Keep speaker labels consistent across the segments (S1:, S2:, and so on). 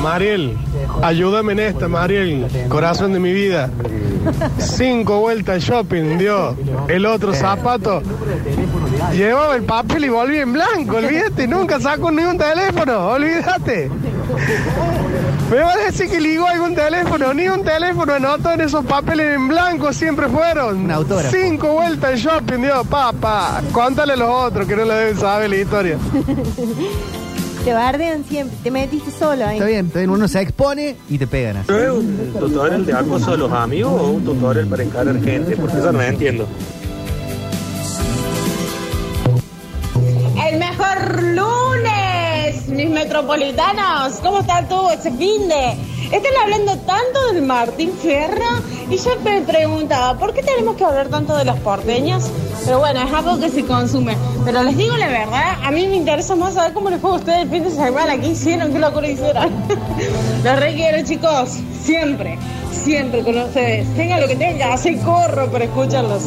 S1: Mariel, ayúdame en esta, Mariel, corazón de mi vida. Cinco vueltas al shopping, dio el otro zapato. Llevaba el papel y volví en blanco, olvídate, nunca saco ni un teléfono, olvídate. Me va a decir que ligó algún teléfono, ni un teléfono anotó en esos papeles en blanco, siempre fueron.
S2: Un autógrafo.
S1: Cinco vueltas al shopping, dio papá, contale a los otros que no lo deben saber la historia.
S3: Te bardean siempre, te metiste solo ahí.
S2: Está bien, está bien. Uno se expone y te pegan así.
S4: ¿Es un tutorial de acoso a los amigos o un tutorial para encarar gente? Porque eso no lo entiendo.
S5: El mejor lunes, mis metropolitanos. ¿Cómo está todo ese fin de? Están hablando tanto del Martín Fierro y yo me preguntaba, ¿por qué tenemos que hablar tanto de los porteños? Pero bueno, es algo que se consume. Pero les digo la verdad, a mí me interesa más saber cómo les fue a ustedes el fin de semana, qué hicieron, qué locura hicieron. Los re quiero, chicos, siempre, siempre con ustedes. Tenga lo que tenga, así corro para escucharlos.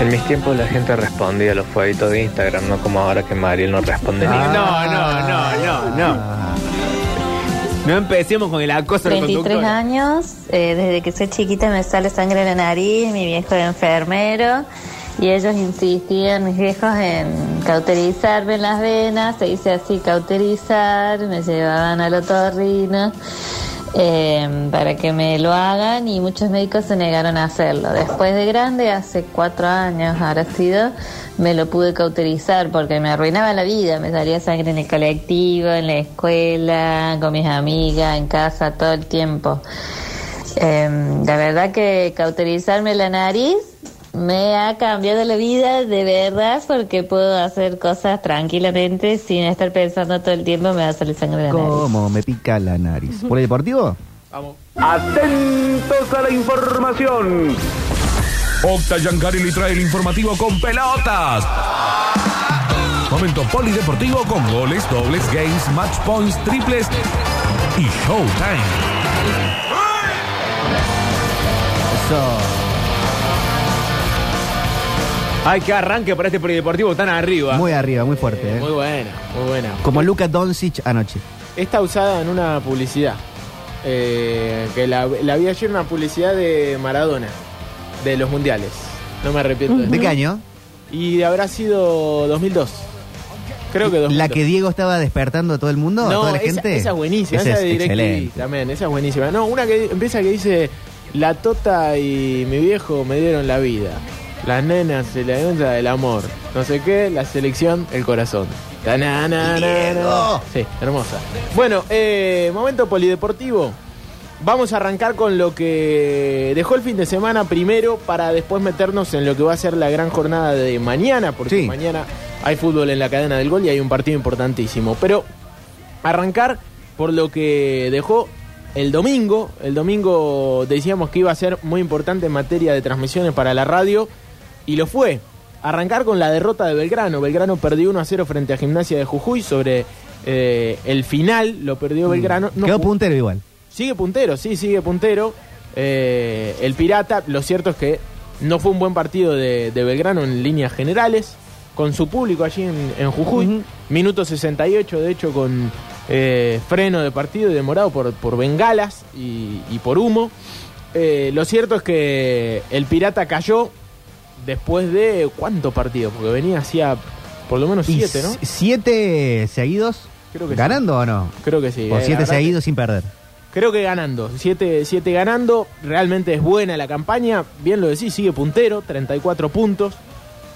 S6: En mis tiempos la gente respondía a los fueguitos de Instagram, no como ahora que Mariel no responde
S7: No,
S6: ni
S2: Ah,
S7: no, no, no, no. No empecemos con el acoso de
S8: 23 años, eh, desde que soy chiquita me sale sangre en la nariz, mi viejo es enfermero y ellos insistían, mis viejos, en cauterizarme en las venas, se dice así, cauterizar, me llevaban al otorrino eh, para que me lo hagan y muchos médicos se negaron a hacerlo. Después de grande, hace cuatro años habrá sido, me lo pude cauterizar porque me arruinaba la vida, me salía sangre en el colectivo, en la escuela, con mis amigas, en casa, todo el tiempo. Eh, la verdad que cauterizarme la nariz me ha cambiado la vida de verdad porque puedo hacer cosas tranquilamente sin estar pensando todo el tiempo me va a salir sangre de la nariz.
S2: ¿Cómo me pica la nariz? ¿Por el deportivo?
S7: Vamos.
S4: Atentos a la información.
S9: Octa Yancari le trae el informativo con pelotas. Momento polideportivo con goles, dobles, games, match points, triples y showtime.
S2: Eso.
S7: Ay, qué arranque para este polideportivo tan arriba.
S2: Muy arriba, muy fuerte.
S10: Eh,
S2: ¿eh?
S10: Muy buena, muy buena.
S2: Como Luca Doncic anoche.
S10: Está usada en una publicidad. eh, que la, la vi ayer en una publicidad de Maradona, de los mundiales. No me arrepiento.
S2: ¿De qué
S10: eso.
S2: año?
S10: Y habrá sido 2002. Creo que 2002.
S2: ¿La que Diego estaba despertando a todo el mundo? ¿A
S10: No,
S2: toda la
S10: esa,
S2: gente?
S10: esa es buenísima.
S2: Esa
S10: Esa,
S2: es
S10: de DirecTV
S2: excelente.
S10: también, esa es buenísima. No, una que empieza que dice, la tota y mi viejo me dieron la vida. Las nenas se la dieron el amor. No sé qué, la selección, el corazón. Ta na, na, na, na.
S2: ¡Diego!
S10: Sí, hermosa. Bueno, eh, momento polideportivo. Vamos a arrancar con lo que dejó el fin de semana primero para después meternos en lo que va a ser la gran jornada de mañana, porque
S2: Sí.
S10: mañana hay fútbol en la cadena del gol y hay un partido importantísimo. Pero arrancar por lo que dejó el domingo. El domingo decíamos que iba a ser muy importante en materia de transmisiones para la radio y lo fue. Arrancar con la derrota de Belgrano. Belgrano perdió 1 a 0 frente a Gimnasia de Jujuy sobre eh, el final. Lo perdió Belgrano. No
S2: Quedó
S10: jugó-
S2: puntero igual.
S10: Sigue puntero, sí, sigue puntero. Eh, el Pirata, lo cierto es que no fue un buen partido de, de Belgrano en líneas generales, con su público allí en, en Jujuy. Minuto 68, de hecho, con eh, freno de partido y demorado por, por bengalas y, y por humo. Eh, lo cierto es que el Pirata cayó después de cuántos partidos, porque venía hacía por lo menos
S2: Y
S10: siete, ¿no?
S2: s- ¿Siete seguidos?
S10: Creo que sí.
S2: ¿Ganando o no?
S10: Creo que sí.
S2: O
S10: eh, la
S2: siete
S10: verdad que-
S2: seguidos sin perder.
S10: Creo que ganando. 7 siete ganando. Realmente es buena la campaña. Bien lo decís, sigue puntero, 34 puntos.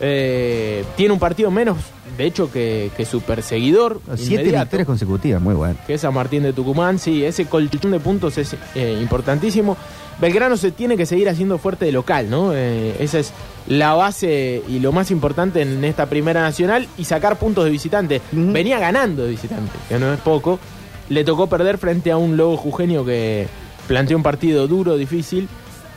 S10: Eh, tiene un partido menos, de hecho, que, que su perseguidor.
S2: Siete
S10: inmediato,
S2: victorias consecutivas, muy bueno.
S10: Que es San Martín de Tucumán. Sí, ese colchón de puntos es eh, importantísimo. Belgrano se tiene que seguir haciendo fuerte de local, ¿no? Eh, esa es la base y lo más importante en esta primera nacional y sacar puntos de visitante.
S2: Ujú.
S10: Venía ganando de visitante, que no es poco. Le tocó perder frente a un Lobo Jugenio que planteó un partido duro, difícil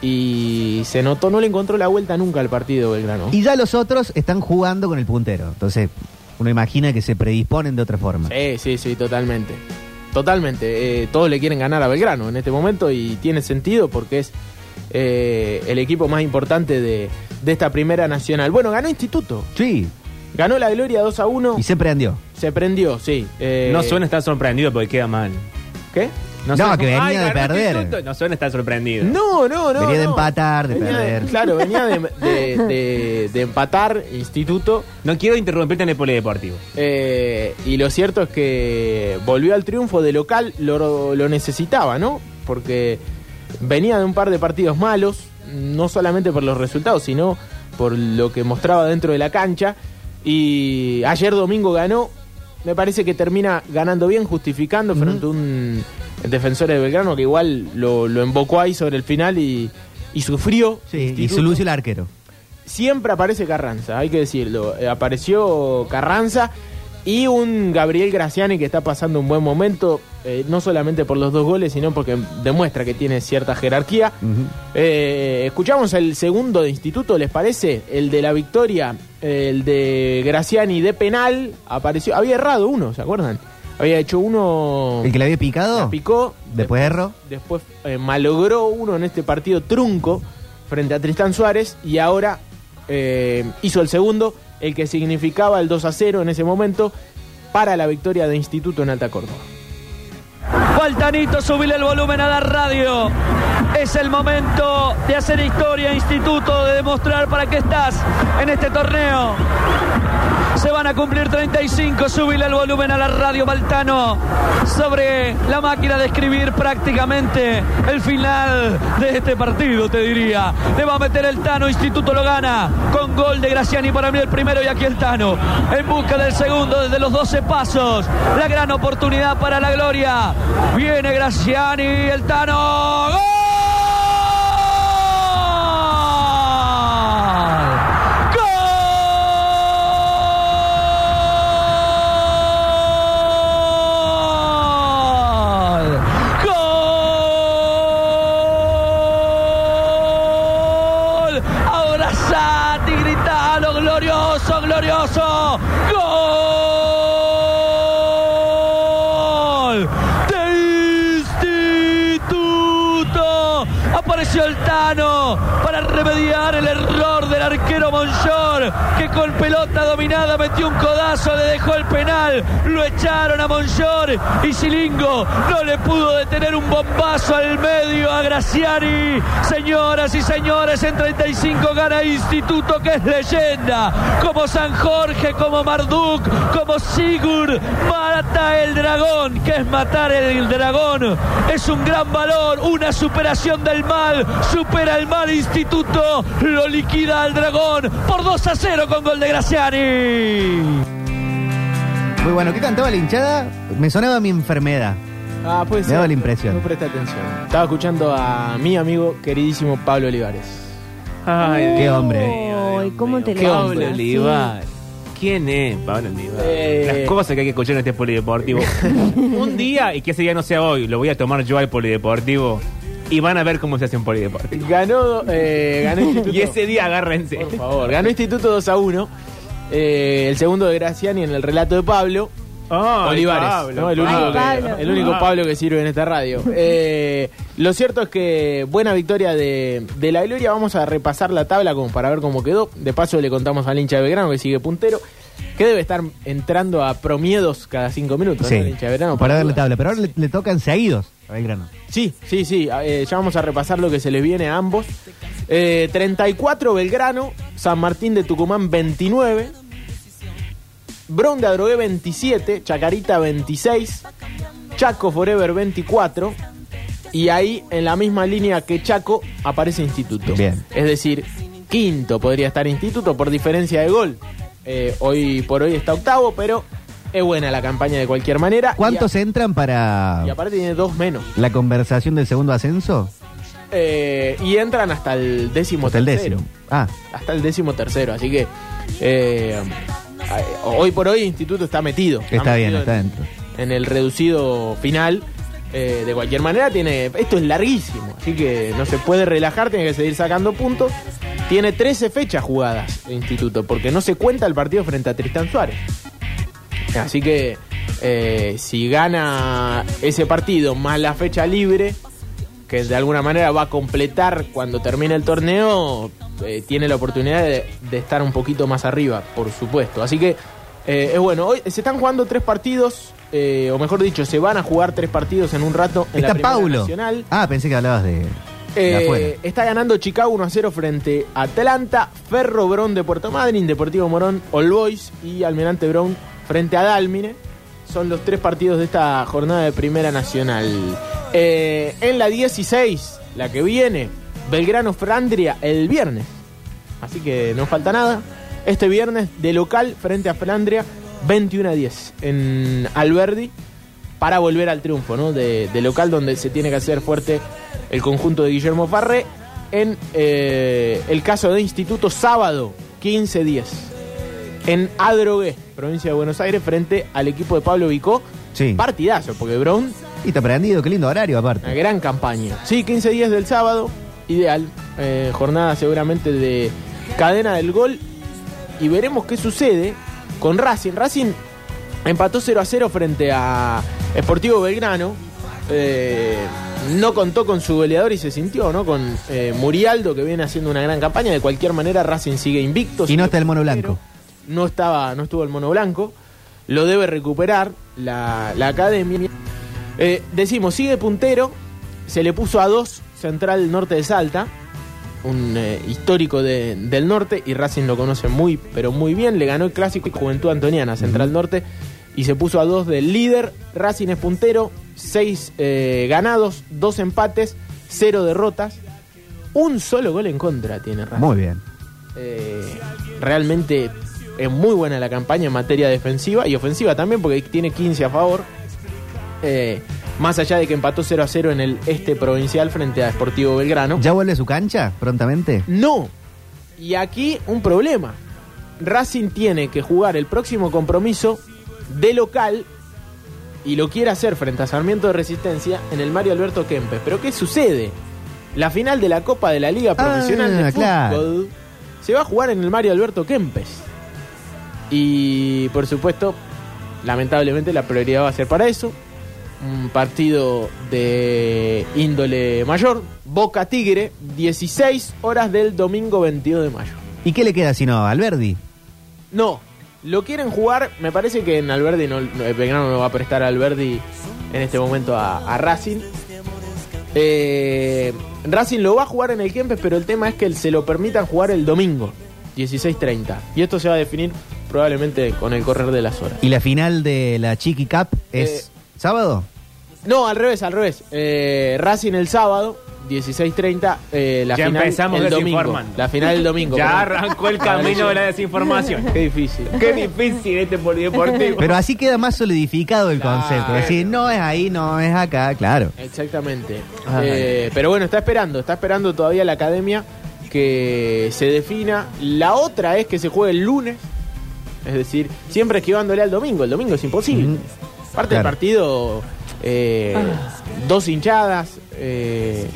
S10: y se notó, no le encontró la vuelta nunca al partido Belgrano.
S2: Y ya los otros están jugando con el puntero. Entonces, uno imagina que se predisponen de otra forma.
S10: Sí, sí, sí, totalmente. Totalmente. Eh, todos le quieren ganar a Belgrano en este momento y tiene sentido porque es eh, el equipo más importante de, de esta primera nacional. Bueno, ganó Instituto.
S2: Sí,
S10: Ganó la Gloria 2 a 1.
S2: y se prendió.
S10: Se prendió, sí. Eh,
S7: No suena estar sorprendido porque queda mal.
S10: ¿Qué?
S2: No,
S7: suena-
S2: que venía
S7: Ay,
S2: de
S7: ganó este
S2: perder.
S7: susto. No suena estar sorprendido.
S10: No, no, no.
S2: Venía de
S10: no.
S2: empatar, de
S10: Venía
S2: perder.
S10: Claro, venía de, de- de- de empatar instituto.
S7: No quiero interrumpirte en el polideportivo.
S10: eh, y lo cierto es que volvió al triunfo de local, lo, lo necesitaba, ¿no? Porque venía de un par de partidos malos, no solamente por los resultados, sino por lo que mostraba dentro de la cancha. Y ayer domingo ganó. Me parece que termina ganando bien, justificando frente a un defensor de Belgrano que igual lo, lo embocó ahí sobre el final y, y sufrió.
S2: Sí, y
S10: Instituto.
S2: se lució el arquero.
S10: Siempre aparece Carranza, hay que decirlo. Eh, apareció Carranza y un Gabriel Graciani que está pasando un buen momento, eh, no solamente por los dos goles, sino porque demuestra que tiene cierta jerarquía. Eh, escuchamos el segundo de instituto, ¿les parece? El de la victoria, el de Graciani de penal. Apareció, había errado uno, ¿se acuerdan? Había hecho uno.
S2: El que le había picado,
S10: la picó.
S2: después erró.
S10: Después eh, malogró uno en este partido trunco frente a Tristán Suárez y ahora eh, hizo el segundo, el que significaba el 2 a 0 en ese momento para la victoria de Instituto en Alta Córdoba.
S11: Faltanito, subir el volumen a la radio. Es el momento de hacer historia, Instituto, de demostrar para qué estás en este torneo. Se van a cumplir 35, subile el volumen a la radio Baltano sobre la máquina de escribir prácticamente el final de este partido, te diría. Le va a meter el Tano, Instituto lo gana con gol de Graciani para mí el primero y aquí el Tano en busca del segundo desde los 12 pasos. La gran oportunidad para la gloria. Viene Graciani, el Tano. ¡Gol! ¡Gol! ¡Gol! Abrazate y gritalo, "Ah, glorioso, glorioso. ¡Gol! ¡De Instituto! Apareció el Tano para remediar el error del arquero Monchor, que con pelota dominada metió un codazo, le dejó el penal, lo echaron a Monchor y Silingo no le pudo detener un bombazo al medio a Graciani. Señoras y señores, en 35 gana Instituto, que es leyenda, como San Jorge, como Marduk, como Sigurd, mata el dragón, que es matar el dragón, es un gran valor, una superación del mal, supera el mal Instituto, lo liquida al dragón por 2 a 0 con gol de Graciani.
S2: Muy bueno, ¿qué cantaba la hinchada? Me sonaba mi enfermedad.
S10: Ah, pues
S2: Me daba la impresión.
S10: No presta atención. Estaba escuchando a mi amigo queridísimo Pablo Olivares.
S7: Ay,
S2: Qué
S7: Dios
S2: hombre.
S3: Ay, ¿cómo te
S7: mío. Pablo
S3: nombras?
S7: Olivar. ¿Quién es Pablo Olivar?
S10: Eh.
S7: Las cosas que hay que escuchar en este polideportivo. Un día, y que ese día no sea hoy, lo voy a tomar yo al polideportivo y van a ver cómo se hace un polideportivo.
S10: Ganó, eh, ganó Instituto.
S7: Y ese día agárrense.
S10: Por favor, ganó Instituto 2 a 1. Eh, el segundo de Graciani en el relato de Pablo.
S7: Ay,
S10: Olivares,
S7: Pablo,
S10: ¿no? el,
S7: Pablo. Ah,
S10: único, que-
S3: Pablo.
S10: el único Pablo que sirve en esta radio. Eh, lo cierto es que buena victoria de, de la Gloria. Vamos a repasar la tabla como para ver cómo quedó. De paso le contamos al hincha de Belgrano que sigue puntero, que debe estar entrando a promiedos cada cinco minutos. ¿no? El
S2: Sí,
S10: hincha de Belgrano,
S2: para
S10: por
S2: darle
S10: dudas.
S2: tabla. Pero ahora le, le tocan seguidos a Belgrano.
S10: Sí, sí, sí. eh, ya vamos a repasar lo que se les viene a ambos. Eh, 34 Belgrano, San Martín de Tucumán 29, Bronda Adrogué 27, Chacarita 26, Chaco Forever 24. Y ahí, en la misma línea que Chaco, aparece Instituto.
S2: Bien.
S10: Es decir, quinto podría estar Instituto por diferencia de gol. Eh, hoy por hoy está octavo, pero es buena la campaña de cualquier manera.
S2: ¿Cuántos
S10: Y,
S2: entran para
S10: a- y aparte tiene dos menos.
S2: la conversación del segundo ascenso?
S10: Eh, y entran hasta el décimo
S2: Hasta el
S10: tercero.
S2: décimo. Ah,
S10: Hasta el décimo tercero. Así que eh, ay, hoy por hoy Instituto está metido.
S2: está bien,
S10: metido
S2: está
S10: en,
S2: dentro.
S10: en el reducido final. Eh, de cualquier manera, tiene esto es larguísimo. Así que no se puede relajar, tiene que seguir sacando puntos. Tiene 13 fechas jugadas Instituto, porque no se cuenta el partido frente a Tristán Suárez. Así que eh, si gana ese partido más la fecha libre, que de alguna manera va a completar cuando termine el torneo, eh, tiene la oportunidad de, de estar un poquito más arriba, por supuesto. Así que Eh, es bueno, hoy se están jugando tres partidos, eh, o mejor dicho, se van a jugar tres partidos en un rato en la
S2: Está
S10: Primera
S2: Paulo.
S10: Nacional.
S2: Ah, pensé que hablabas de. de
S10: Eh,
S2: afuera.
S10: está ganando Chicago 1 a 0 frente a Atlanta, Ferro Brón de Puerto Madryn, Deportivo Morón, All Boys y Almirante Brón frente a Dálmine. Son los tres partidos de esta jornada de Primera Nacional. Eh, en la 16, la que viene, Belgrano Flandria el viernes. Así que no falta nada. Este viernes de local frente a Flandria, 21 a 10 en Alberdi para volver al triunfo, ¿no? De, de local donde se tiene que hacer fuerte el conjunto de Guillermo Farré. En eh, el caso de Instituto Sábado, 15-10. En Adrogué, provincia de Buenos Aires, frente al equipo de Pablo Vicó. Partidazo, porque Brown
S2: Y está prendido, qué lindo horario aparte.
S10: una gran campaña. Sí, 15 días del sábado, ideal. Eh, jornada seguramente de cadena del gol. Y veremos qué sucede con Racing. Racing empató 0 a 0 frente a Sportivo Belgrano. Eh, no contó con su goleador y se sintió, ¿no? Con eh, Murialdo, que viene haciendo una gran campaña. De cualquier manera, Racing sigue invicto.
S2: Y no está el mono blanco.
S10: No, estaba, no estuvo el mono blanco. Lo debe recuperar la, la academia. Eh, decimos, sigue puntero. Se le puso a dos Central Norte de Salta. Un eh, histórico de- del norte. Y Racing lo conoce muy, pero muy bien. Le ganó el clásico y Juventud Antoniana, Central Norte. Y se puso a dos del líder. Racing es puntero. Seis eh, ganados, dos empates, cero derrotas. Un solo gol en contra tiene Racing.
S2: Muy bien.
S10: Eh, realmente es muy buena la campaña en materia defensiva y ofensiva también, porque tiene 15 a favor. Eh, más allá de que empató 0 a 0 en el este provincial frente a Sportivo Belgrano.
S2: ¿Ya vuelve a su cancha prontamente?
S10: No. Y aquí un problema. Racing tiene que jugar el próximo compromiso de local y lo quiere hacer frente a Sarmiento de Resistencia en el Mario Alberto Kempes. Pero ¿qué sucede? La final de la Copa de la Liga Profesional de
S2: claro.
S10: Fútbol se va a jugar en el Mario Alberto Kempes. Y por supuesto, lamentablemente la prioridad va a ser para eso. Un partido de índole mayor, Boca Tigre, 16 horas del domingo 22 de mayo.
S2: ¿Y qué le queda si no? Alberdi.
S10: No, lo quieren jugar, me parece que en Alberdi, no, no, eh, Belgrano no va a prestar a Alberdi en este momento a, a Racing. Eh, Racing lo va a jugar en el Kempes, pero el tema es que se lo permitan jugar el domingo, 16.30. Y esto se va a definir probablemente con el correr de las horas.
S2: ¿Y la final de la Chiqui Cup es
S10: Eh,
S2: sábado?
S10: No, al revés, al revés. Eh, Racing el sábado, 16.30. eh, la
S7: Ya
S10: final
S7: empezamos
S10: el domingo.
S7: desinformando.
S10: La final el domingo.
S7: Ya
S10: perdón.
S7: arrancó el camino de la desinformación.
S10: Qué difícil.
S7: Qué difícil este polideportivo.
S2: Pero así queda más solidificado el concepto. Es decir, no es ahí, no es acá, claro.
S10: Exactamente.
S2: Ay.
S10: Eh, pero bueno, está esperando, está esperando todavía la academia que se defina. La otra es que se juegue el lunes, es decir, siempre esquivándole al domingo. El domingo es imposible. Aparte del
S2: Claro.
S10: partido, eh, dos hinchadas, eh,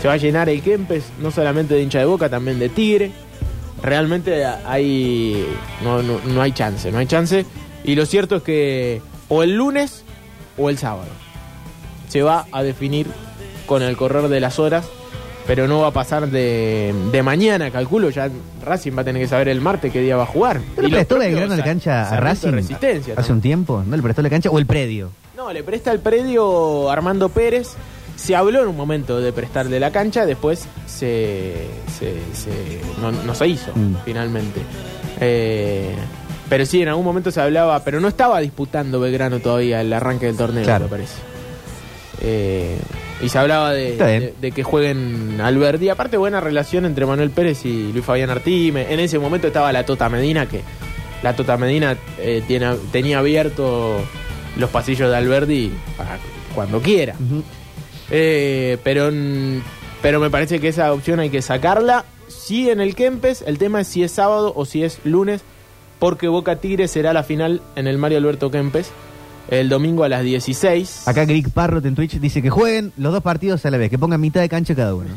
S10: se va a llenar el Kempes, no solamente de hincha de boca, también de Tigre. Realmente hay no, no, no hay chance, no hay chance. Y lo cierto es que o el lunes o el sábado se va a definir con el correr de las horas, pero no va a pasar de, de mañana, calculo. Ya Racing va a tener que saber el martes qué día va a jugar.
S2: ¿No le
S10: Y los
S2: prestó
S10: propios
S2: Belgrano la
S10: Sa-
S2: cancha a
S10: Sarmiento
S2: Racing
S10: Resistencia
S2: hace un tiempo? ¿No le prestó la cancha? ¿O el predio?
S10: no, le presta el predio Armando Pérez. Se habló en un momento de prestarle la cancha, después se, se- se- no, no se hizo
S2: Mm.
S10: finalmente. Eh, pero sí, en algún momento se hablaba, pero no estaba disputando Belgrano todavía el arranque del torneo,
S2: Claro.
S10: me parece. Eh, y se hablaba de,
S2: Está bien.
S10: de- de que jueguen Alberdi. Aparte, buena relación entre Manuel Pérez y Luis Fabián Artime. En ese momento estaba la Tota Medina, que la Tota Medina eh, tiene- tenía abierto los pasillos de Alberdi para cuando quiera. Eh, pero, mm, pero me parece que esa opción hay que sacarla. Sí en el Kempes, el tema es si es sábado o si es lunes, porque Boca Tigre será la final en el Mario Alberto Kempes el domingo a las 16.
S2: Acá Greg Parrot en Twitch dice que jueguen los dos partidos a la vez, que pongan mitad de cancha cada uno.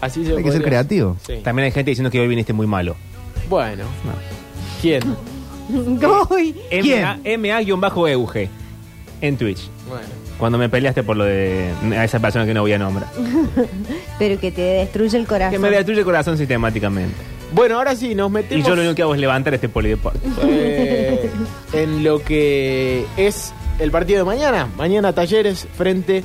S10: Así se
S2: Hay que ser
S10: podría-
S2: creativo.
S10: Sí.
S7: También hay gente diciendo que hoy viniste muy malo.
S10: Bueno, ¿quién? Eh,
S3: Uy.
S7: MA- MA-EUG E en Twitch.
S10: Bueno.
S7: Cuando me peleaste por lo de a esa persona que no voy a nombrar.
S3: Pero que te destruye el corazón.
S7: Que me destruye el corazón sistemáticamente.
S10: Bueno, ahora sí, nos metemos.
S7: Y yo lo único que hago es levantar este polideporte.
S10: eh, en lo que es el partido de mañana. Mañana Talleres frente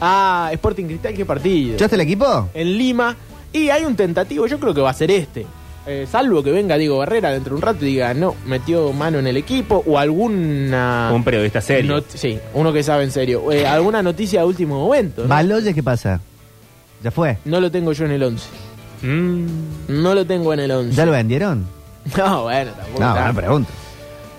S10: a Sporting Cristal. ¿Qué partido?
S2: ¿Echaste el equipo?
S10: En Lima. Y hay un tentativo, yo creo que va a ser este. Eh, salvo que venga Diego Barrera dentro de un rato y diga, no, metió mano en el equipo o alguna...
S7: Un periodista serio.
S10: Ah. not- sí, uno que sabe en serio. Eh, alguna noticia de último momento. ¿no?
S2: ¿Baloyes qué pasa? ¿Ya fue?
S10: No lo tengo yo en el 11.
S7: Mm.
S10: No lo tengo en el 11.
S2: ¿Ya lo vendieron?
S10: No, bueno, tampoco.
S2: No,
S10: tanto.
S2: buena pregunta.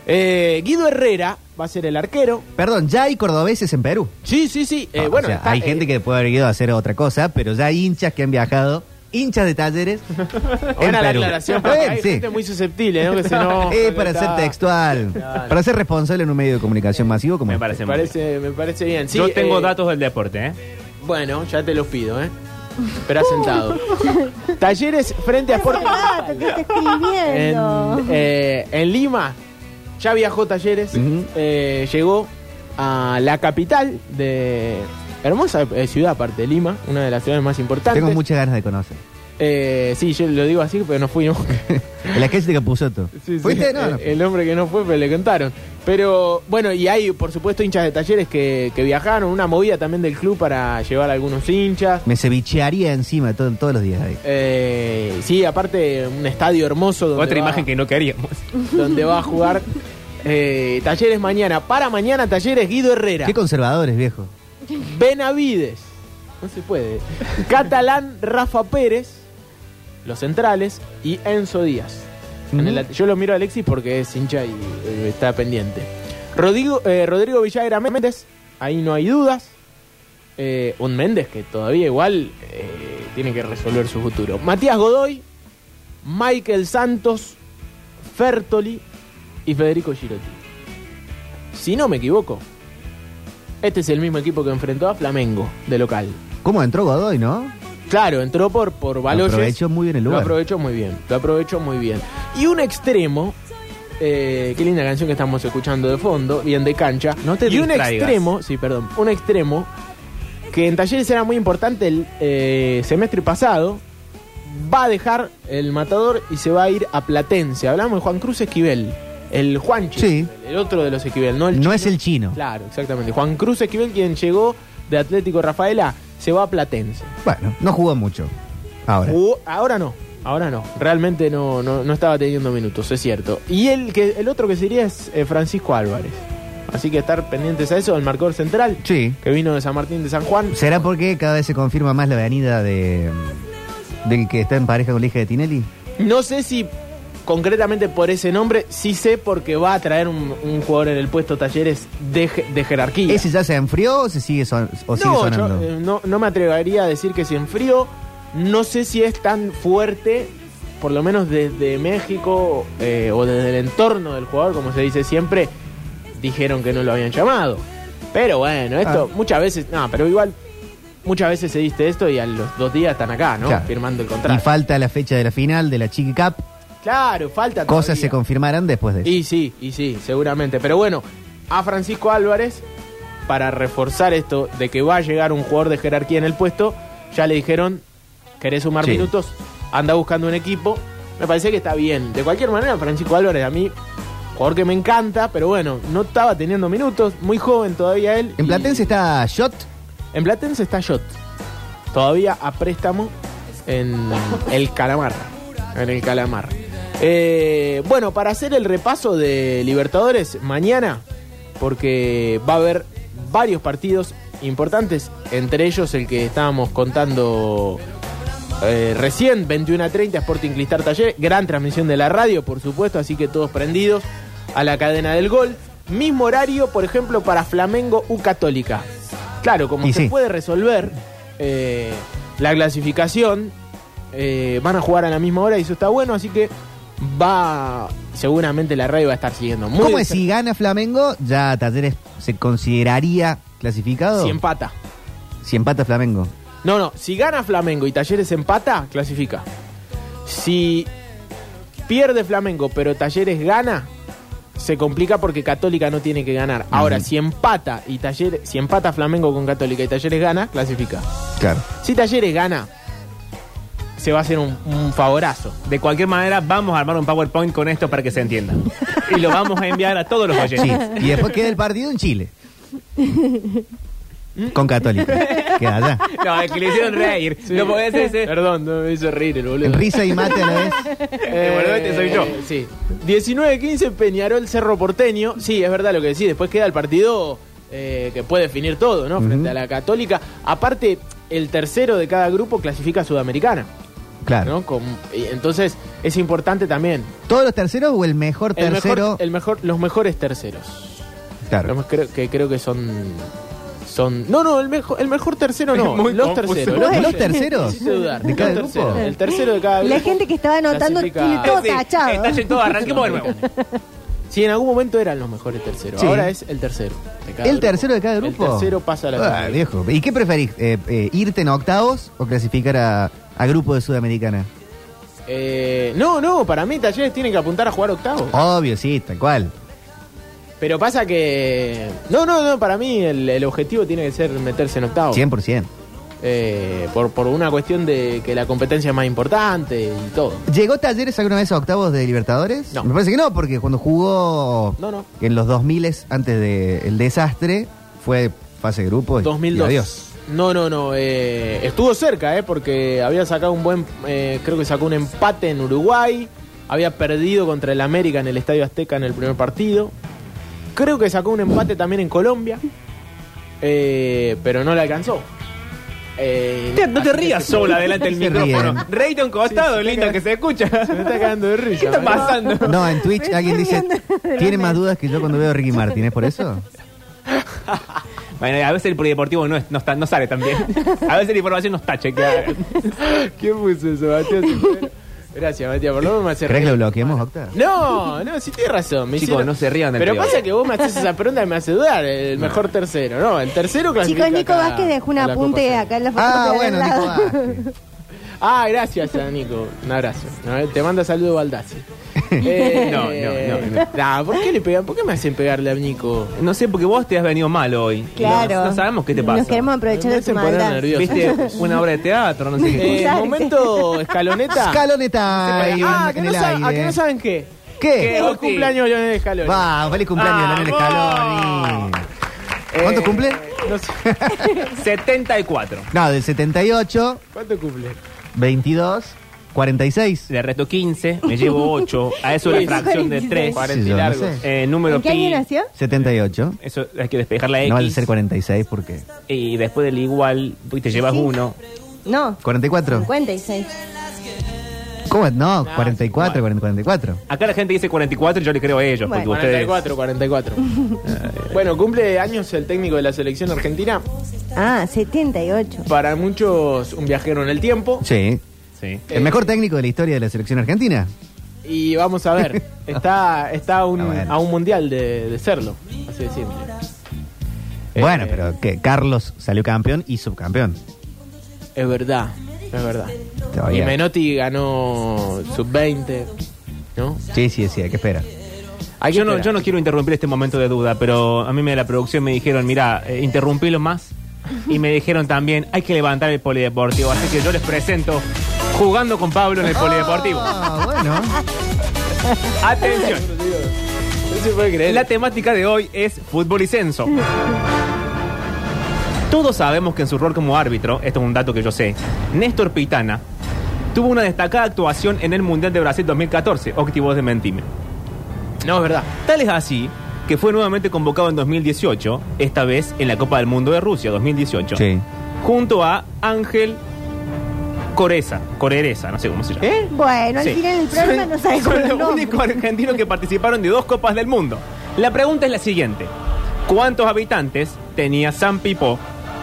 S10: Eh, Guido Herrera va a ser el arquero.
S2: Perdón, ¿ya hay cordobeses en Perú?
S10: Sí, sí, sí. Eh,
S2: No, Ah, o
S10: bueno,
S2: sea,
S10: está,
S2: hay
S10: eh,
S2: gente que puede haber ido a hacer otra cosa, pero ya hay hinchas que han viajado, hinchas de talleres.
S10: buena
S2: en
S10: la
S2: Perú.
S10: aclaración.
S2: Bueno,
S10: porque hay
S2: sí.
S10: gente muy susceptible, ¿no? Que se enoja,
S2: Eh,
S10: que
S2: para
S10: está-
S2: ser textual,
S10: Claro. Eh,
S2: para ser responsable en un medio de comunicación masivo como
S7: Me
S2: este.
S7: parece,
S10: Me
S7: muy
S10: parece, me parece bien.
S7: bien.
S10: Sí,
S7: Yo tengo
S10: eh,
S7: datos del deporte, ¿eh?
S10: Bueno, ya te los pido, ¿eh? Pero sentado. Talleres frente a Sporting.
S3: Rato que está
S10: En,
S3: escribiendo.
S10: eh, en Lima ya viajó Talleres, eh, llegó a la capital de hermosa eh, ciudad aparte de Lima, una de las ciudades más importantes.
S2: Tengo muchas ganas de conocer.
S10: Eh, sí, yo lo digo así, pero no fui nunca.
S2: El ejército de Capuzoto.
S10: Sí, sí,
S2: ¿Fuiste?
S10: el-
S2: No, no.
S10: El, hombre que no fue, pero le contaron. Pero bueno, y hay por supuesto hinchas de talleres que, que viajaron, una movida también del club para llevar a algunos hinchas.
S2: Me cevichearía encima todo- todos los días ahí.
S10: Eh, sí, aparte un estadio hermoso donde
S7: Otra
S10: va-
S7: imagen que no queríamos.
S10: donde va a jugar eh, Talleres mañana. Para mañana Talleres Guido Herrera,
S2: Qué conservadores, viejo.
S10: Benavides, no se puede, Catalán Rafa Pérez, los centrales y Enzo Díaz. En el at- yo lo miro a Alexis porque es hincha y eh, está pendiente. Rodrigo, eh, Rodrigo Villagra Méndez, ahí no hay dudas. Eh, un Méndez que todavía igual eh, tiene que resolver su futuro. Matías Godoy, Michael Santos, Fertoli y Federico Girotti. Si no me equivoco, este es el mismo equipo que enfrentó a Flamengo de local.
S2: ¿Cómo entró Godoy, no?
S10: Claro, entró por, por Baloyes.
S2: aprovechó muy bien el lugar.
S10: Lo aprovechó muy bien, lo aprovechó muy bien. Y un extremo, eh, qué linda canción que estamos escuchando de fondo, bien de cancha.
S7: No te
S10: y un
S7: distraigas.
S10: extremo, sí, perdón, un extremo que en talleres era muy importante el eh, semestre pasado, va a dejar el matador y se va a ir a Platense. Hablamos de Juan Cruz Esquivel, el Juanchi,
S2: Sí.
S10: el otro de los Esquivel, no el
S2: No
S10: chino.
S2: es el chino.
S10: Claro, exactamente. Juan Cruz Esquivel, quien llegó de Atlético Rafaela, se va a Platense.
S2: Bueno, no jugó mucho. Ahora.
S10: Jugó- ahora no, ahora no. Realmente no, no, no estaba teniendo minutos, es cierto. Y el, que, el otro que sería es eh, Francisco Álvarez. Así que estar pendientes a eso, el marcador central,
S2: Sí.
S10: que vino de San Martín de San Juan.
S2: ¿Será porque cada vez se confirma más la venida de del que está en pareja con la hija de Tinelli?
S10: No sé si concretamente por ese nombre, sí sé porque va a traer un, un jugador en el puesto Talleres de, je- de jerarquía.
S2: ¿Ese ya se enfrió o, se sigue, son- o sigue
S10: no, yo,
S2: sonando?
S10: eh, no, no me atrevería a decir que se enfrió. No sé si es tan fuerte, por lo menos desde México eh, o desde el entorno del jugador, como se dice siempre, dijeron que no lo habían llamado. Pero bueno, esto
S2: Ah.
S10: muchas veces, no, pero igual muchas veces se diste esto y a los dos días están acá, ¿no?
S2: Claro.
S10: Firmando el
S2: y
S10: contrato.
S2: falta la fecha de la final de la Chiqui Cup.
S10: claro, falta
S2: Cosas se
S10: todavía.
S2: confirmarán después de eso.
S10: Y sí, y sí, seguramente. Pero bueno, a Francisco Álvarez, para reforzar esto de que va a llegar un jugador de jerarquía en el puesto, ya le dijeron, querés sumar
S2: Sí.
S10: minutos, anda buscando un equipo. Me parece que está bien. De cualquier manera, Francisco Álvarez a mí, jugador que me encanta, pero bueno, no estaba teniendo minutos, muy joven todavía él.
S2: en
S10: y-
S2: Platense está Shot.
S10: en Platense está Shot, todavía a préstamo en el Calamar. En el Calamar. Eh, bueno, para hacer el repaso de Libertadores mañana, porque va a haber varios partidos importantes, entre ellos el que estábamos contando eh, recién, 21 a 30, Sporting Cristal Taller, gran transmisión de la radio, por supuesto, así que todos prendidos a la cadena del gol. Mismo horario, por ejemplo, para Flamengo U Católica. Claro, como
S2: Y
S10: se
S2: sí.
S10: puede resolver eh, la clasificación, eh, van a jugar a la misma hora y eso está bueno, así que va, seguramente la radio va a estar siguiendo. Muy
S2: ¿Cómo
S10: de
S2: es si gana Flamengo? ¿Ya Talleres se consideraría clasificado?
S10: Si empata.
S2: Si empata Flamengo.
S10: No, no, si gana Flamengo y Talleres empata, clasifica. Si pierde Flamengo pero Talleres gana, se complica porque Católica no tiene que ganar. Ahora, si empata y Talleres, si empata Flamengo con Católica y Talleres gana, clasifica.
S2: Claro.
S10: Si Talleres gana, se va a hacer un, un favorazo.
S7: De cualquier manera, vamos a armar un PowerPoint con esto para que se entienda. Y lo vamos a enviar a todos los
S2: Sí,
S7: oyentes.
S2: y después queda el partido en Chile. Con Católica. Queda allá.
S7: No, es que le hicieron reír.
S10: Sí.
S7: No podés ese.
S10: Perdón, no me hizo reír el boludo.
S2: En risa y mate a la vez.
S10: Eh,
S7: boludo este soy yo.
S10: Sí. 19-15 Peñarol Cerro Porteño. Sí, es verdad lo que decís. Después queda el partido eh, que puede definir todo, ¿no? Frente a la Católica. Aparte, el tercero de cada grupo clasifica a Sudamericana.
S2: Claro.
S10: ¿no? Con- y entonces, es importante también.
S2: ¿Todos los terceros o el mejor
S10: El mejor-
S2: tercero?
S10: el mejor, los mejores terceros.
S2: Claro.
S10: Los creo- que creo que son. Son. No, no, el mejor, el mejor tercero no.
S7: muy
S10: los
S7: confuso.
S10: terceros.
S2: ¿Los
S10: terceros.
S2: terceros?
S10: Me hiciste dudar.
S2: ¿De cada
S10: Los
S2: grupo?
S10: terceros, El tercero de cada
S3: La
S10: grupo.
S3: gente que estaba anotando
S10: Clasifica-
S3: tiene todo
S7: Sí,
S3: tachado.
S7: Está en todo, arranquemos de nuevo.
S10: Sí, en algún momento eran los mejores terceros.
S2: Sí.
S10: Ahora es el tercero. de cada
S2: ¿El
S10: grupo.
S2: tercero de cada grupo?
S10: El tercero pasa a la
S2: Ah,
S10: final.
S2: viejo. ¿Y qué preferís? Eh, eh, ¿Irte en octavos o clasificar a, a grupo de Sudamericana?
S10: Eh, no, no, para mí Talleres tiene que apuntar a jugar octavo.
S2: Obvio, sí, tal cual.
S10: Pero pasa que. No, no, no, para mí el, el objetivo tiene que ser meterse en octavo.
S2: 100%.
S10: Eh, por, por una cuestión de que la competencia es más importante y todo.
S2: ¿Llegó Talleres alguna vez a octavos de Libertadores?
S10: No.
S2: Me parece que no, porque cuando jugó
S10: No, no.
S2: en los 2000 antes del desastre, fue fase de grupo. y- Y
S10: 2002.
S2: adiós.
S10: No, no, no. eh, estuvo cerca, eh, porque había sacado un buen. eh, creo que sacó un empate en Uruguay. Había perdido contra el América en el Estadio Azteca en el primer partido. Creo que sacó un empate también en Colombia. eh, pero no le alcanzó. Eh,
S7: No te
S10: así que
S7: rías
S10: se-
S7: sola delante del
S2: Se
S7: micrófono.
S2: ríen.
S7: Reíte a un costado,
S10: Sí, sí,
S7: lindo, que se escucha.
S10: Se me está cagando de risa.
S7: ¿Qué está
S10: boludo.
S7: pasando?
S2: No, en Twitch
S3: Me
S2: alguien dice,
S3: estoy riendo de la
S2: tiene más
S3: nena".
S2: dudas que yo cuando veo a Ricky Martin, ¿es por eso?
S7: Bueno, a veces el polideportivo no, es- no, está- no sale tan bien. A veces la información no está chequeada.
S10: ¿Qué puso eso, Matías? Gracias, Matías, por lo menos me hace
S2: ¿Crees que
S10: reír.
S2: lo bloqueamos, Octa?
S10: No, no, sí tienes razón. Me
S7: Chicos,
S10: hicieron-
S7: no se rían del
S10: Pero
S7: peor.
S10: pasa que vos me haces esa pregunta y me hace dudar. El mejor tercero, ¿no? El tercero clasifica
S3: Chicos, Nico
S10: acá
S3: Vázquez dejó un
S10: a la Copa
S3: apunte
S10: Sede.
S3: acá en la
S2: Ah,
S3: fotocopia
S2: bueno,
S3: del
S2: Nico
S3: lado.
S2: Vázquez.
S10: Ah, gracias a Nico. Un abrazo. No, Eh, Te manda saludo Baldassi. Eh,
S7: No, no, no,
S10: nah, ¿por qué le pegan? ¿Por qué me hacen pegarle a Nico?
S7: No sé, porque vos te has venido mal hoy.
S3: Claro.
S7: No, no sabemos qué te pasa.
S3: Nos queremos aprovechar
S10: Me
S3: de su
S10: hacen poner
S3: maldad.
S10: nervioso.
S7: ¿Viste una obra de teatro? No sé qué.
S10: Eh,
S3: Exacto.
S10: momento escaloneta.
S2: Escaloneta y
S10: ah,
S2: en
S10: que no
S2: el
S10: saben, ¿a
S2: aire.
S10: que no saben qué?
S2: ¿Qué?
S10: Que hoy
S7: Guti?
S10: cumpleaños Leonel Escalón.
S2: Va, feliz cumpleaños, Daniel
S7: ¡Vamos!
S2: Scaloni. ¿Cuánto
S10: Ah, Eh,
S2: cumple?
S10: No sé.
S7: 74.
S2: No, del 78,
S10: ¿Cuánto cumple?
S2: 22, 46.
S7: Le resto 15, me llevo 8. A eso la
S10: Sí,
S7: fracción de 3.
S10: 40
S2: Sí,
S10: y
S2: yo no
S10: largos.
S2: sé.
S7: Eh, número
S3: ¿En qué año
S7: pi.
S3: nació?
S2: 78.
S7: Eso hay que despejar la X.
S2: No vale ser 46 porque...
S7: Y después del igual, y te llevas
S3: Sí.
S7: uno.
S3: No,
S2: 44.
S3: 56.
S2: ¿Cómo? No,
S10: Ah,
S2: 44, 40, 44.
S7: Acá la gente dice 44 y yo le creo a ellos.
S3: Bueno.
S7: Porque ustedes.
S10: 44, 44. bueno, cumple años el técnico de la selección argentina.
S3: Ah, 78.
S10: Para muchos, un viajero en el tiempo.
S2: Sí.
S7: Sí.
S10: Eh,
S2: El mejor técnico de la historia de la selección argentina.
S10: Y vamos a ver, está, está a, un,
S2: Ah, bueno.
S10: a un mundial de, de serlo, así de simple. Eh,
S2: Bueno, pero que Carlos salió campeón y subcampeón.
S10: Es verdad, es verdad.
S2: Todavía.
S10: Y Menotti ganó sub-20, ¿no?
S2: Sí, sí, sí, hay que esperar.
S10: Hay que
S7: Yo no,
S10: esperar.
S7: yo no quiero interrumpir este momento de duda, pero a mí me, de la producción me dijeron, mira, eh, interrumpilo más. Y me dijeron también, hay que levantar el polideportivo. Así que yo les presento jugando con Pablo en el polideportivo.
S2: Ah, bueno.
S7: Atención.
S10: No se puede creer.
S7: La temática de hoy es fútbol y censo. Todos sabemos que en su rol como árbitro, esto es un dato que yo sé, Néstor Pitana tuvo una destacada actuación en el Mundial de Brasil 2014, Octivos de Mentime.
S10: No, es verdad.
S7: Tal es así que fue nuevamente convocado en 2018, esta vez en la Copa del Mundo de Rusia 2018,
S2: Sí.
S7: junto a Ángel Coreza, Corereza, no sé cómo se llama.
S10: ¿Eh?
S3: Bueno, al
S7: Sí.
S3: final el problema
S7: Son-
S3: no sabe
S7: Son
S3: con
S7: los únicos argentinos que participaron de dos copas del mundo. La pregunta es la siguiente: ¿Cuántos habitantes tenía San Pipo,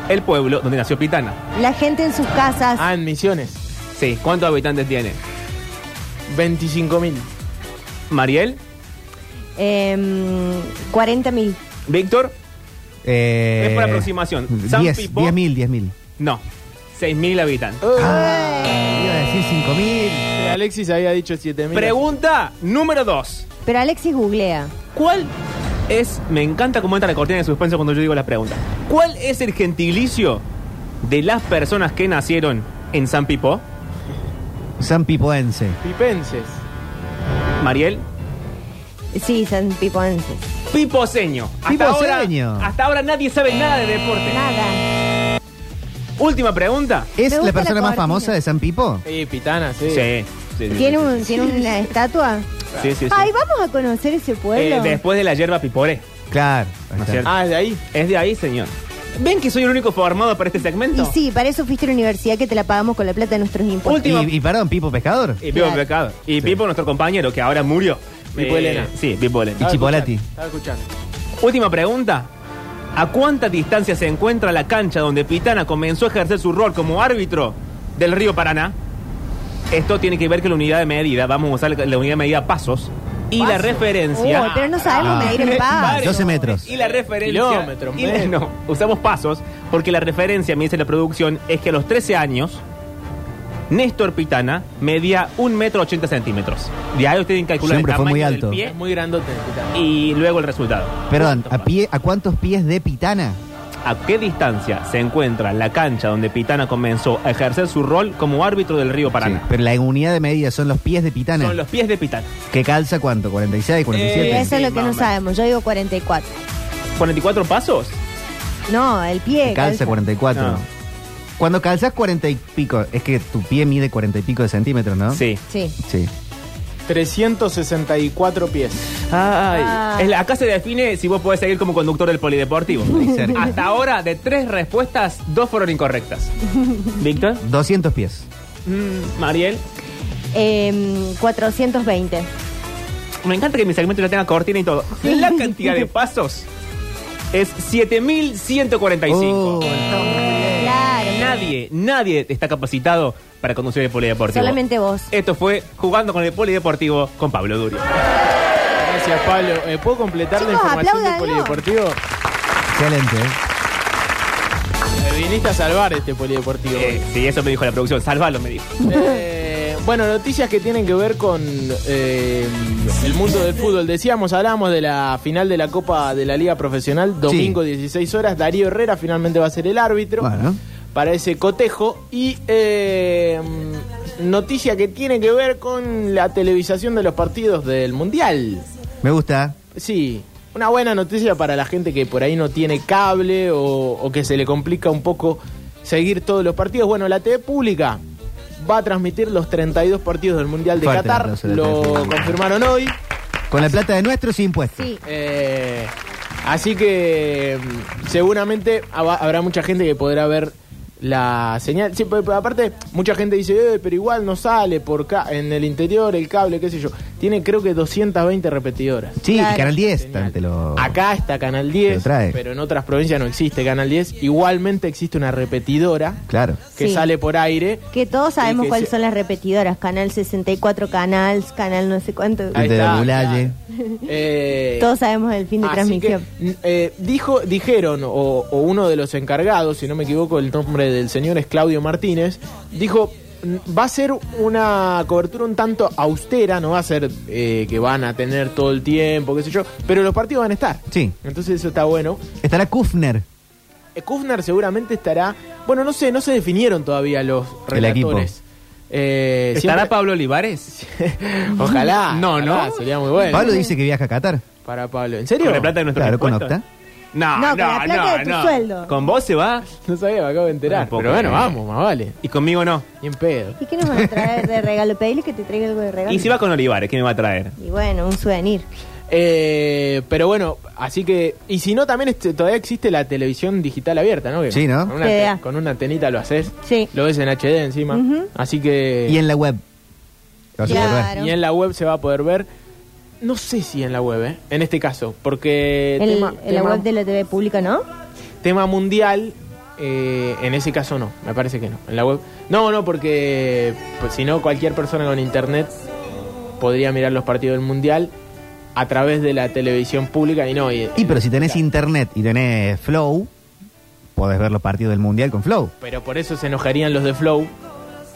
S7: el pueblo donde nació Pitana?
S3: La gente en sus casas.
S10: Ah, en Misiones,
S7: Sí, ¿cuántos habitantes tiene?
S10: 25 mil.
S7: Mariel,
S3: em, 40 mil.
S7: Víctor,
S2: Eh,
S7: Es por aproximación. San
S2: 10
S7: Pipo.
S2: 10.000, 10.000.
S7: no, 6.000 habitantes.
S2: Ah.
S3: Ah.
S2: Iba a decir 5.000.
S10: Eh, Alexis había dicho 7 mil.
S7: Pregunta número 2.
S3: Pero Alexis googlea.
S7: ¿Cuál es, me encanta cómo entra la cortina de suspenso cuando yo digo las preguntas, ¿cuál es el gentilicio de las personas que nacieron en San Pipo?
S2: San Pipoense.
S10: Pipenses.
S7: Mariel.
S3: Sí, San Pipoense.
S7: Piposeño. Hasta
S2: Piposeño.
S7: Ahora, hasta ahora nadie sabe nada de deporte.
S3: Nada.
S7: Última pregunta.
S2: ¿Es la
S3: Me gusta
S2: persona
S3: la
S2: más
S3: cortina.
S2: famosa de San Pipo?
S10: Sí, Pitana, sí.
S7: Sí. sí, sí,
S3: ¿Tiene, un, ¿tiene una estatua?
S7: sí, sí, sí.
S3: Ay, vamos a conocer ese pueblo.
S7: Eh, después de la yerba pipore.
S2: Claro. ahí
S7: ¿No es
S2: está.
S7: cierto?
S10: Ah, es de ahí.
S7: Es de ahí, señor. ¿Ven que soy el único formado para este segmento?
S3: y sí, para eso fuiste a la universidad que te la pagamos con la plata de nuestros impuestos.
S7: Última- Eh,
S2: Y, y perdón, Pipo Pescador.
S7: Y Pipo
S3: Claclaro.
S7: Pecado. Y Pipo, nuestro compañero, que ahora murió. Eh,
S10: Pipo Elena. Ah,
S7: Sí, Pipo Elena.
S2: Y Chipolati.
S10: Estaba escuchando.
S7: Última pregunta. ¿A cuánta distancia se encuentra la cancha donde Pitana comenzó a ejercer su rol como árbitro del río Paraná? Esto tiene que ver con la unidad de medida. Vamos a usar la unidad de medida pasos. Y la referencia.
S3: Oh, pero no sabemos
S2: Ah.
S3: medir en paz.
S7: Vale.
S2: 12 metros.
S7: Y la referencia.
S10: Kilómetros,
S7: y la-
S10: metros.
S7: no, usamos pasos porque la referencia, me dice la producción, es que a los 13 años, Néstor Pitana medía 1 metro 80 centímetros. De ahí ustedes tienen que calcular
S2: Siempre
S7: el
S2: fue
S7: tamaño
S2: muy
S7: del
S2: alto.
S7: pie
S10: Es muy grandote. Pitana.
S7: y luego el resultado.
S2: Perdón, ¿a, pie, ¿a cuántos pies de Pitana?
S7: ¿A qué distancia se encuentra la cancha donde Pitana comenzó a ejercer su rol como árbitro del río Paraná?
S2: Sí, pero la unidad de medida son los pies de Pitana.
S7: Son los pies de Pitana.
S2: ¿Qué calza cuánto? ¿46,
S3: Pero
S2: 47?
S3: eso Eh, es
S7: sí,
S3: lo que
S7: más o
S3: no
S7: menos.
S3: sabemos. Yo digo 44.
S7: ¿44 pasos?
S3: No, el
S2: ¿Qué
S3: pie.
S2: calza 44?
S7: No.
S2: Cuando calzas 40 y pico, es que tu pie mide 40 y pico de centímetros, ¿no?
S7: Sí.
S3: Sí.
S2: Sí.
S10: 364 pies.
S3: Ah.
S7: Es la- acá se define si vos podés seguir como conductor del polideportivo.
S2: Ahí cerca.
S7: Hasta ahora, de tres respuestas, dos fueron incorrectas. ¿Víctor?
S2: 200 pies.
S7: Mm, Mariel.
S3: Em, 420.
S7: Me encanta que mi segmento ya tenga cortina y todo. La cantidad de pasos es 7145.
S2: Oh,
S3: Claro.
S7: Nadie, nadie está capacitado para conducir el polideportivo.
S3: Solamente vos.
S7: Esto fue Jugando con el Polideportivo con Pablo Durio.
S10: Gracias, Pablo. Eh, ¿Puedo completar la
S3: Chicos,
S10: información del
S3: apláudanlo.
S10: polideportivo?
S2: excelente. ¿eh?
S10: Me viniste a salvar este polideportivo.
S7: Eh, sí, eso me dijo la producción. Salvalo, me dijo.
S10: Eh, bueno, noticias que tienen que ver con eh, el mundo del fútbol. Decíamos, hablábamos de la final de la Copa de la Liga Profesional, domingo 16 horas. Darío Herrera finalmente va a ser el árbitro
S2: Bueno.
S10: para ese cotejo. Y eh, noticia que tiene que ver con la televisación de los partidos del Mundial.
S2: Me gusta.
S10: Sí, una buena noticia para la gente que por ahí no tiene cable o, o que se le complica un poco seguir todos los partidos. Bueno, la TV pública va a transmitir los 32 partidos del Mundial de
S2: Fuerte el
S10: Qatar.
S2: aplauso de la
S10: Lo
S2: TV pública.
S10: confirmaron hoy.
S2: Con la plata de nuestros impuestos.
S3: Sí.
S10: Eh, así que mm, seguramente haba- habrá mucha gente que podrá ver la señal. Sí, pero- pero aparte, mucha gente dice, "Eh, pero igual no sale por ca- en el interior el cable, qué sé yo. Tiene creo que 220 repetidoras.
S2: Sí,
S3: Claro.
S2: y Canal 10
S10: Genial.
S2: te lo...
S10: Acá está Canal
S2: Te
S10: 10,
S2: lo trae.
S10: pero en otras provincias no existe Canal 10. Igualmente existe una repetidora
S2: Claro.
S10: que
S3: Sí.
S10: sale por aire.
S3: Que todos sabemos
S10: Y que
S3: cuáles
S10: se-
S3: son las repetidoras. Canal 64, Canal, Canal no sé cuánto.
S2: Ahí De
S10: está,
S2: Bulalle.
S10: claro. Eh,
S3: Todos sabemos el fin de
S10: así
S3: transmisión.
S10: que, n- eh, dijo, dijeron, o, o uno de los encargados, si no me equivoco, el nombre del señor es Claudio Martínez, dijo, "N- va a ser una cobertura un tanto austera, no va a ser eh, que van a tener todo el tiempo, qué sé yo, pero los partidos van a estar.
S2: Sí.
S10: Entonces eso está bueno.
S2: Estará Kufner.
S10: Eh, Kufner seguramente estará. Bueno, no sé, no se definieron todavía los
S2: El equipo.
S10: relatores. Eh,
S7: ¿Estará
S10: siempre-
S7: Pablo Olivares?
S10: Ojalá.
S7: No,
S10: ojalá,
S7: ¿no?
S10: Sería muy bueno.
S2: Pablo dice que viaja a Qatar.
S10: Para Pablo. ¿En
S7: ¿Con
S10: serio?
S7: la plata de nuestro
S2: Claro, con Octa.
S7: impuestos? No,
S3: No,
S7: no,
S3: con la
S7: no,
S3: plata de tu
S7: no.
S3: sueldo.
S7: Con vos se va
S10: No sabía, me acabo de enterar.
S7: Tampoco.
S10: Pero bueno, vamos, más vale.
S7: y conmigo no.
S10: Ni en pedo.
S3: ¿Y qué nos van a traer de regalo? Pedile que te traiga algo de regalo.
S7: Y si va con Olivares, ¿qué me va a traer?
S3: Y bueno, un souvenir.
S10: Eh, pero bueno, así que. Y si no, también este- todavía existe la televisión digital abierta, ¿no? Que
S2: Sí, ¿no?
S10: Con una,
S3: TDA.
S10: te- con una antenita lo haces.
S3: Sí.
S10: Lo ves en HD encima.
S3: Ujú.
S10: Así que.
S2: Y en la web. Lo vas a
S3: Claro.
S2: poder ver.
S10: Y en la web se va a poder ver. No sé si en la web, ¿eh? en este caso, porque
S3: El-
S10: tema,
S3: en la
S10: tema-
S3: web de la TV pública, ¿no?
S10: tema mundial, eh, en ese caso no, me parece que no. En la web, no, no, porque pues, si no cualquier persona con internet podría mirar los partidos del mundial a través de la televisión pública y no. Y,
S2: Y pero si tenés internet y tenés Flow, podés ver los partidos del Mundial con Flow.
S10: Pero por eso se enojarían los de Flow,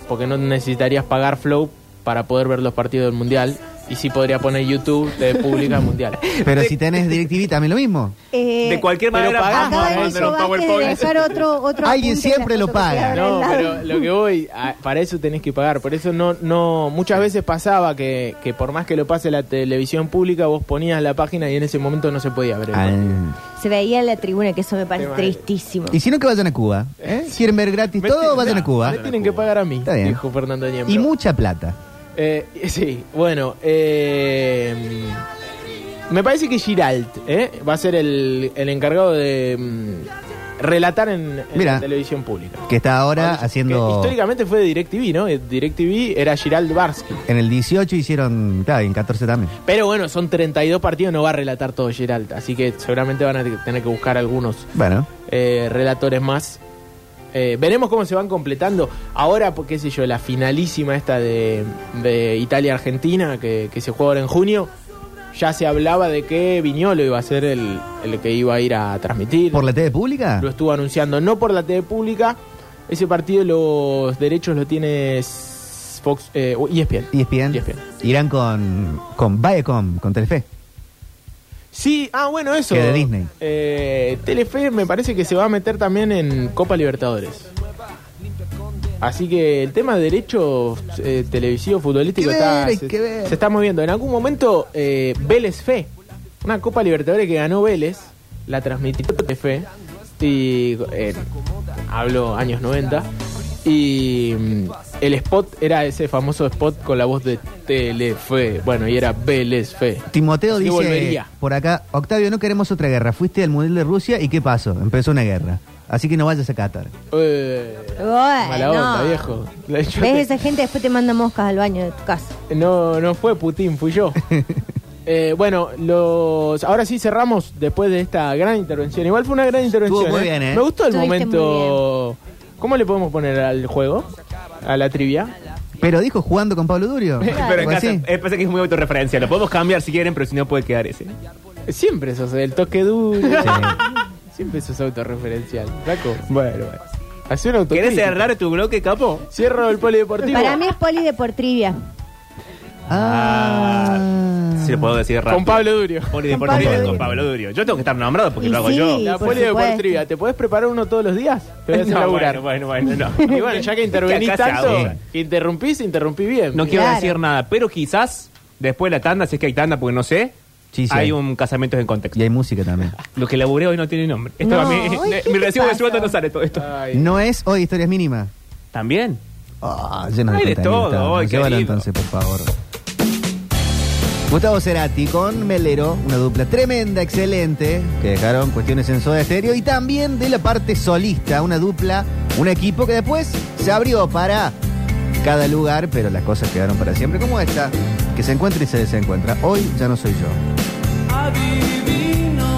S10: porque no necesitarías pagar Flow para poder ver los partidos del mundial. Y sí podría poner YouTube de pública mundial.
S2: Pero si tenés DirecTV también lo mismo.
S3: Eh,
S10: De cualquier
S3: pero
S10: manera
S3: pará,
S10: vamos a
S3: acaba
S10: mandar
S3: Nico
S10: un
S3: Vázquez de
S10: PowerPoint.
S3: dejar otro, otro
S2: Alguien
S3: apunte en
S2: siempre
S3: las
S2: lo
S3: fotos que
S2: paga.
S3: se abren
S10: No,
S3: al lado.
S10: pero lo que voy, a- para eso tenés que pagar. Por eso no, no, muchas veces pasaba que, que por más que lo pase la televisión pública, vos ponías la página y en ese momento no se podía ver. el partido.
S2: Ah.
S3: Se veía en la tribuna, que eso me parece
S10: Qué mal.
S3: tristísimo.
S2: Y si no, que vayan a Cuba.
S10: ¿Eh?
S2: ¿Quieren ver gratis
S10: Me
S2: todo?
S10: tienen-
S2: Vayan a Cuba.
S10: Me tienen que pagar a mí,
S2: Está bien.
S10: dijo Fernando Niembro.
S2: Y mucha plata.
S10: Eh, sí, bueno, eh, me parece que Giralt eh, va a ser el, el encargado de mm, relatar en, en
S2: Mira.
S10: la televisión pública.
S2: Que está ahora
S10: Que
S2: haciendo...
S10: históricamente fue de DirecTV, ¿no? Eh, DirecTV era Girald Barsky.
S2: En el 18 hicieron... Claro, y en 14 también.
S10: Pero bueno, son 32 partidos, no va a relatar todo Giralt, así que seguramente van a te- tener que buscar algunos
S2: Bueno.
S10: eh, relatores más. Eh, veremos cómo se van completando. Ahora, por- qué sé yo, la finalísima esta de, de Italia-Argentina, que, que se juega ahora en junio, ya se hablaba de que Viñolo iba a ser el, el que iba a ir a transmitir.
S2: ¿Por la TV pública?
S10: Lo estuvo anunciando, no por la TV pública. Ese partido los derechos lo tiene S- Fox, eh, o ESPN.
S7: E
S2: ESPN.
S10: ESPN.
S2: Irán con, con Viacom, con Telefe.
S10: Sí, ah, bueno, eso.
S2: Que de Disney.
S10: Eh, Telefe me parece que se va a meter también en Copa Libertadores. Así que el tema de derechos eh, televisivos futbolísticos
S2: Hay que
S10: está,
S2: ver, hay
S10: se,
S2: que ver.
S10: se está moviendo. En algún momento, eh, Vélez Fe, una Copa Libertadores que ganó Vélez, la transmitió Telefe, y eh, hablo años 90, y mm, el spot era ese famoso spot con la voz de Telefe, bueno, y era Vélez Fe.
S2: Timoteo
S10: Sí,
S2: dice
S10: volvería.
S2: por acá, Octavio, no queremos otra guerra. Fuiste al Mundial de Rusia y ¿qué pasó? Empezó una guerra. Así que no vayas a Qatar.
S10: Eh,
S3: Bueno.
S10: mala onda, viejo. La- yo
S3: ¿Ves
S10: te-
S3: esa gente? Después te manda moscas al baño de tu casa.
S10: no, no fue Putin, fui yo. Eh, bueno, los ahora sí cerramos después de esta gran intervención. Igual fue una gran intervención.
S2: muy bien, ¿eh?
S10: Me gustó el
S3: Estuviste
S10: momento. ¿Cómo le podemos poner al juego? A la trivia.
S2: Pero dijo jugando con Pablo Durio.
S7: Pero en
S2: Algo
S7: casa,
S2: así.
S7: eh, pasa que es muy autorreferencia. Lo podemos cambiar si quieren, pero si no puede quedar ese.
S10: Siempre sos el toque duro.
S2: Sí.
S7: Ah.
S10: Siempre sos autorreferencial. Flaco,
S7: Bueno, bueno.
S10: hacé un autocrítica.
S7: ¿Querés cerrar tu bloque, capo?
S10: Cierro el polideportivo.
S3: Para mí es polideportrivia.
S2: Ah.
S7: Si lo puedo decir rápido.
S10: Con Pablo Durio.
S7: Polideportivo
S3: Pablo
S7: con
S3: Durio.
S7: Pablo Durio. Yo tengo que estar nombrado porque
S3: Y
S7: lo hago
S3: sí.
S7: yo.
S10: La
S3: por
S10: polideportiva.
S3: supuesto.
S10: ¿Te podés preparar uno todos los días? Te voy a hacer
S7: No,
S10: laburar.
S7: bueno, bueno, bueno, no.
S10: Y bueno, ya que intervenís
S7: Acá se
S10: tanto,
S7: ahogan.
S10: que interrumpís, interrumpí bien.
S7: No quiero
S3: Claro.
S7: decir nada, pero quizás después de la tanda, si es que hay tanda, porque no sé,
S2: Sí, sí.
S7: hay un casamiento en
S2: Y
S7: contexto.
S2: hay música también.
S7: Lo que laburé hoy no tiene nombre. Esto
S3: No,
S7: a mí-
S3: hoy, ¿qué
S7: mi
S3: te
S7: recibo de
S3: pasa?
S7: sueldo no sale todo esto.
S10: Ay.
S2: No es hoy historias mínimas.
S7: También.
S2: Ah, lleno de
S7: Hay de
S2: contenido
S7: todo
S2: estamos.
S7: hoy,
S2: Llévalo
S7: querido.
S2: entonces, por favor. Gustavo Cerati con Melero, una dupla tremenda, excelente, que dejaron cuestiones en Soda Estéreo y también de la parte solista, una dupla, un equipo que después se abrió para cada lugar, pero las cosas quedaron para siempre como esta, que se encuentra y se desencuentra. Hoy ya no soy yo.
S11: Adivino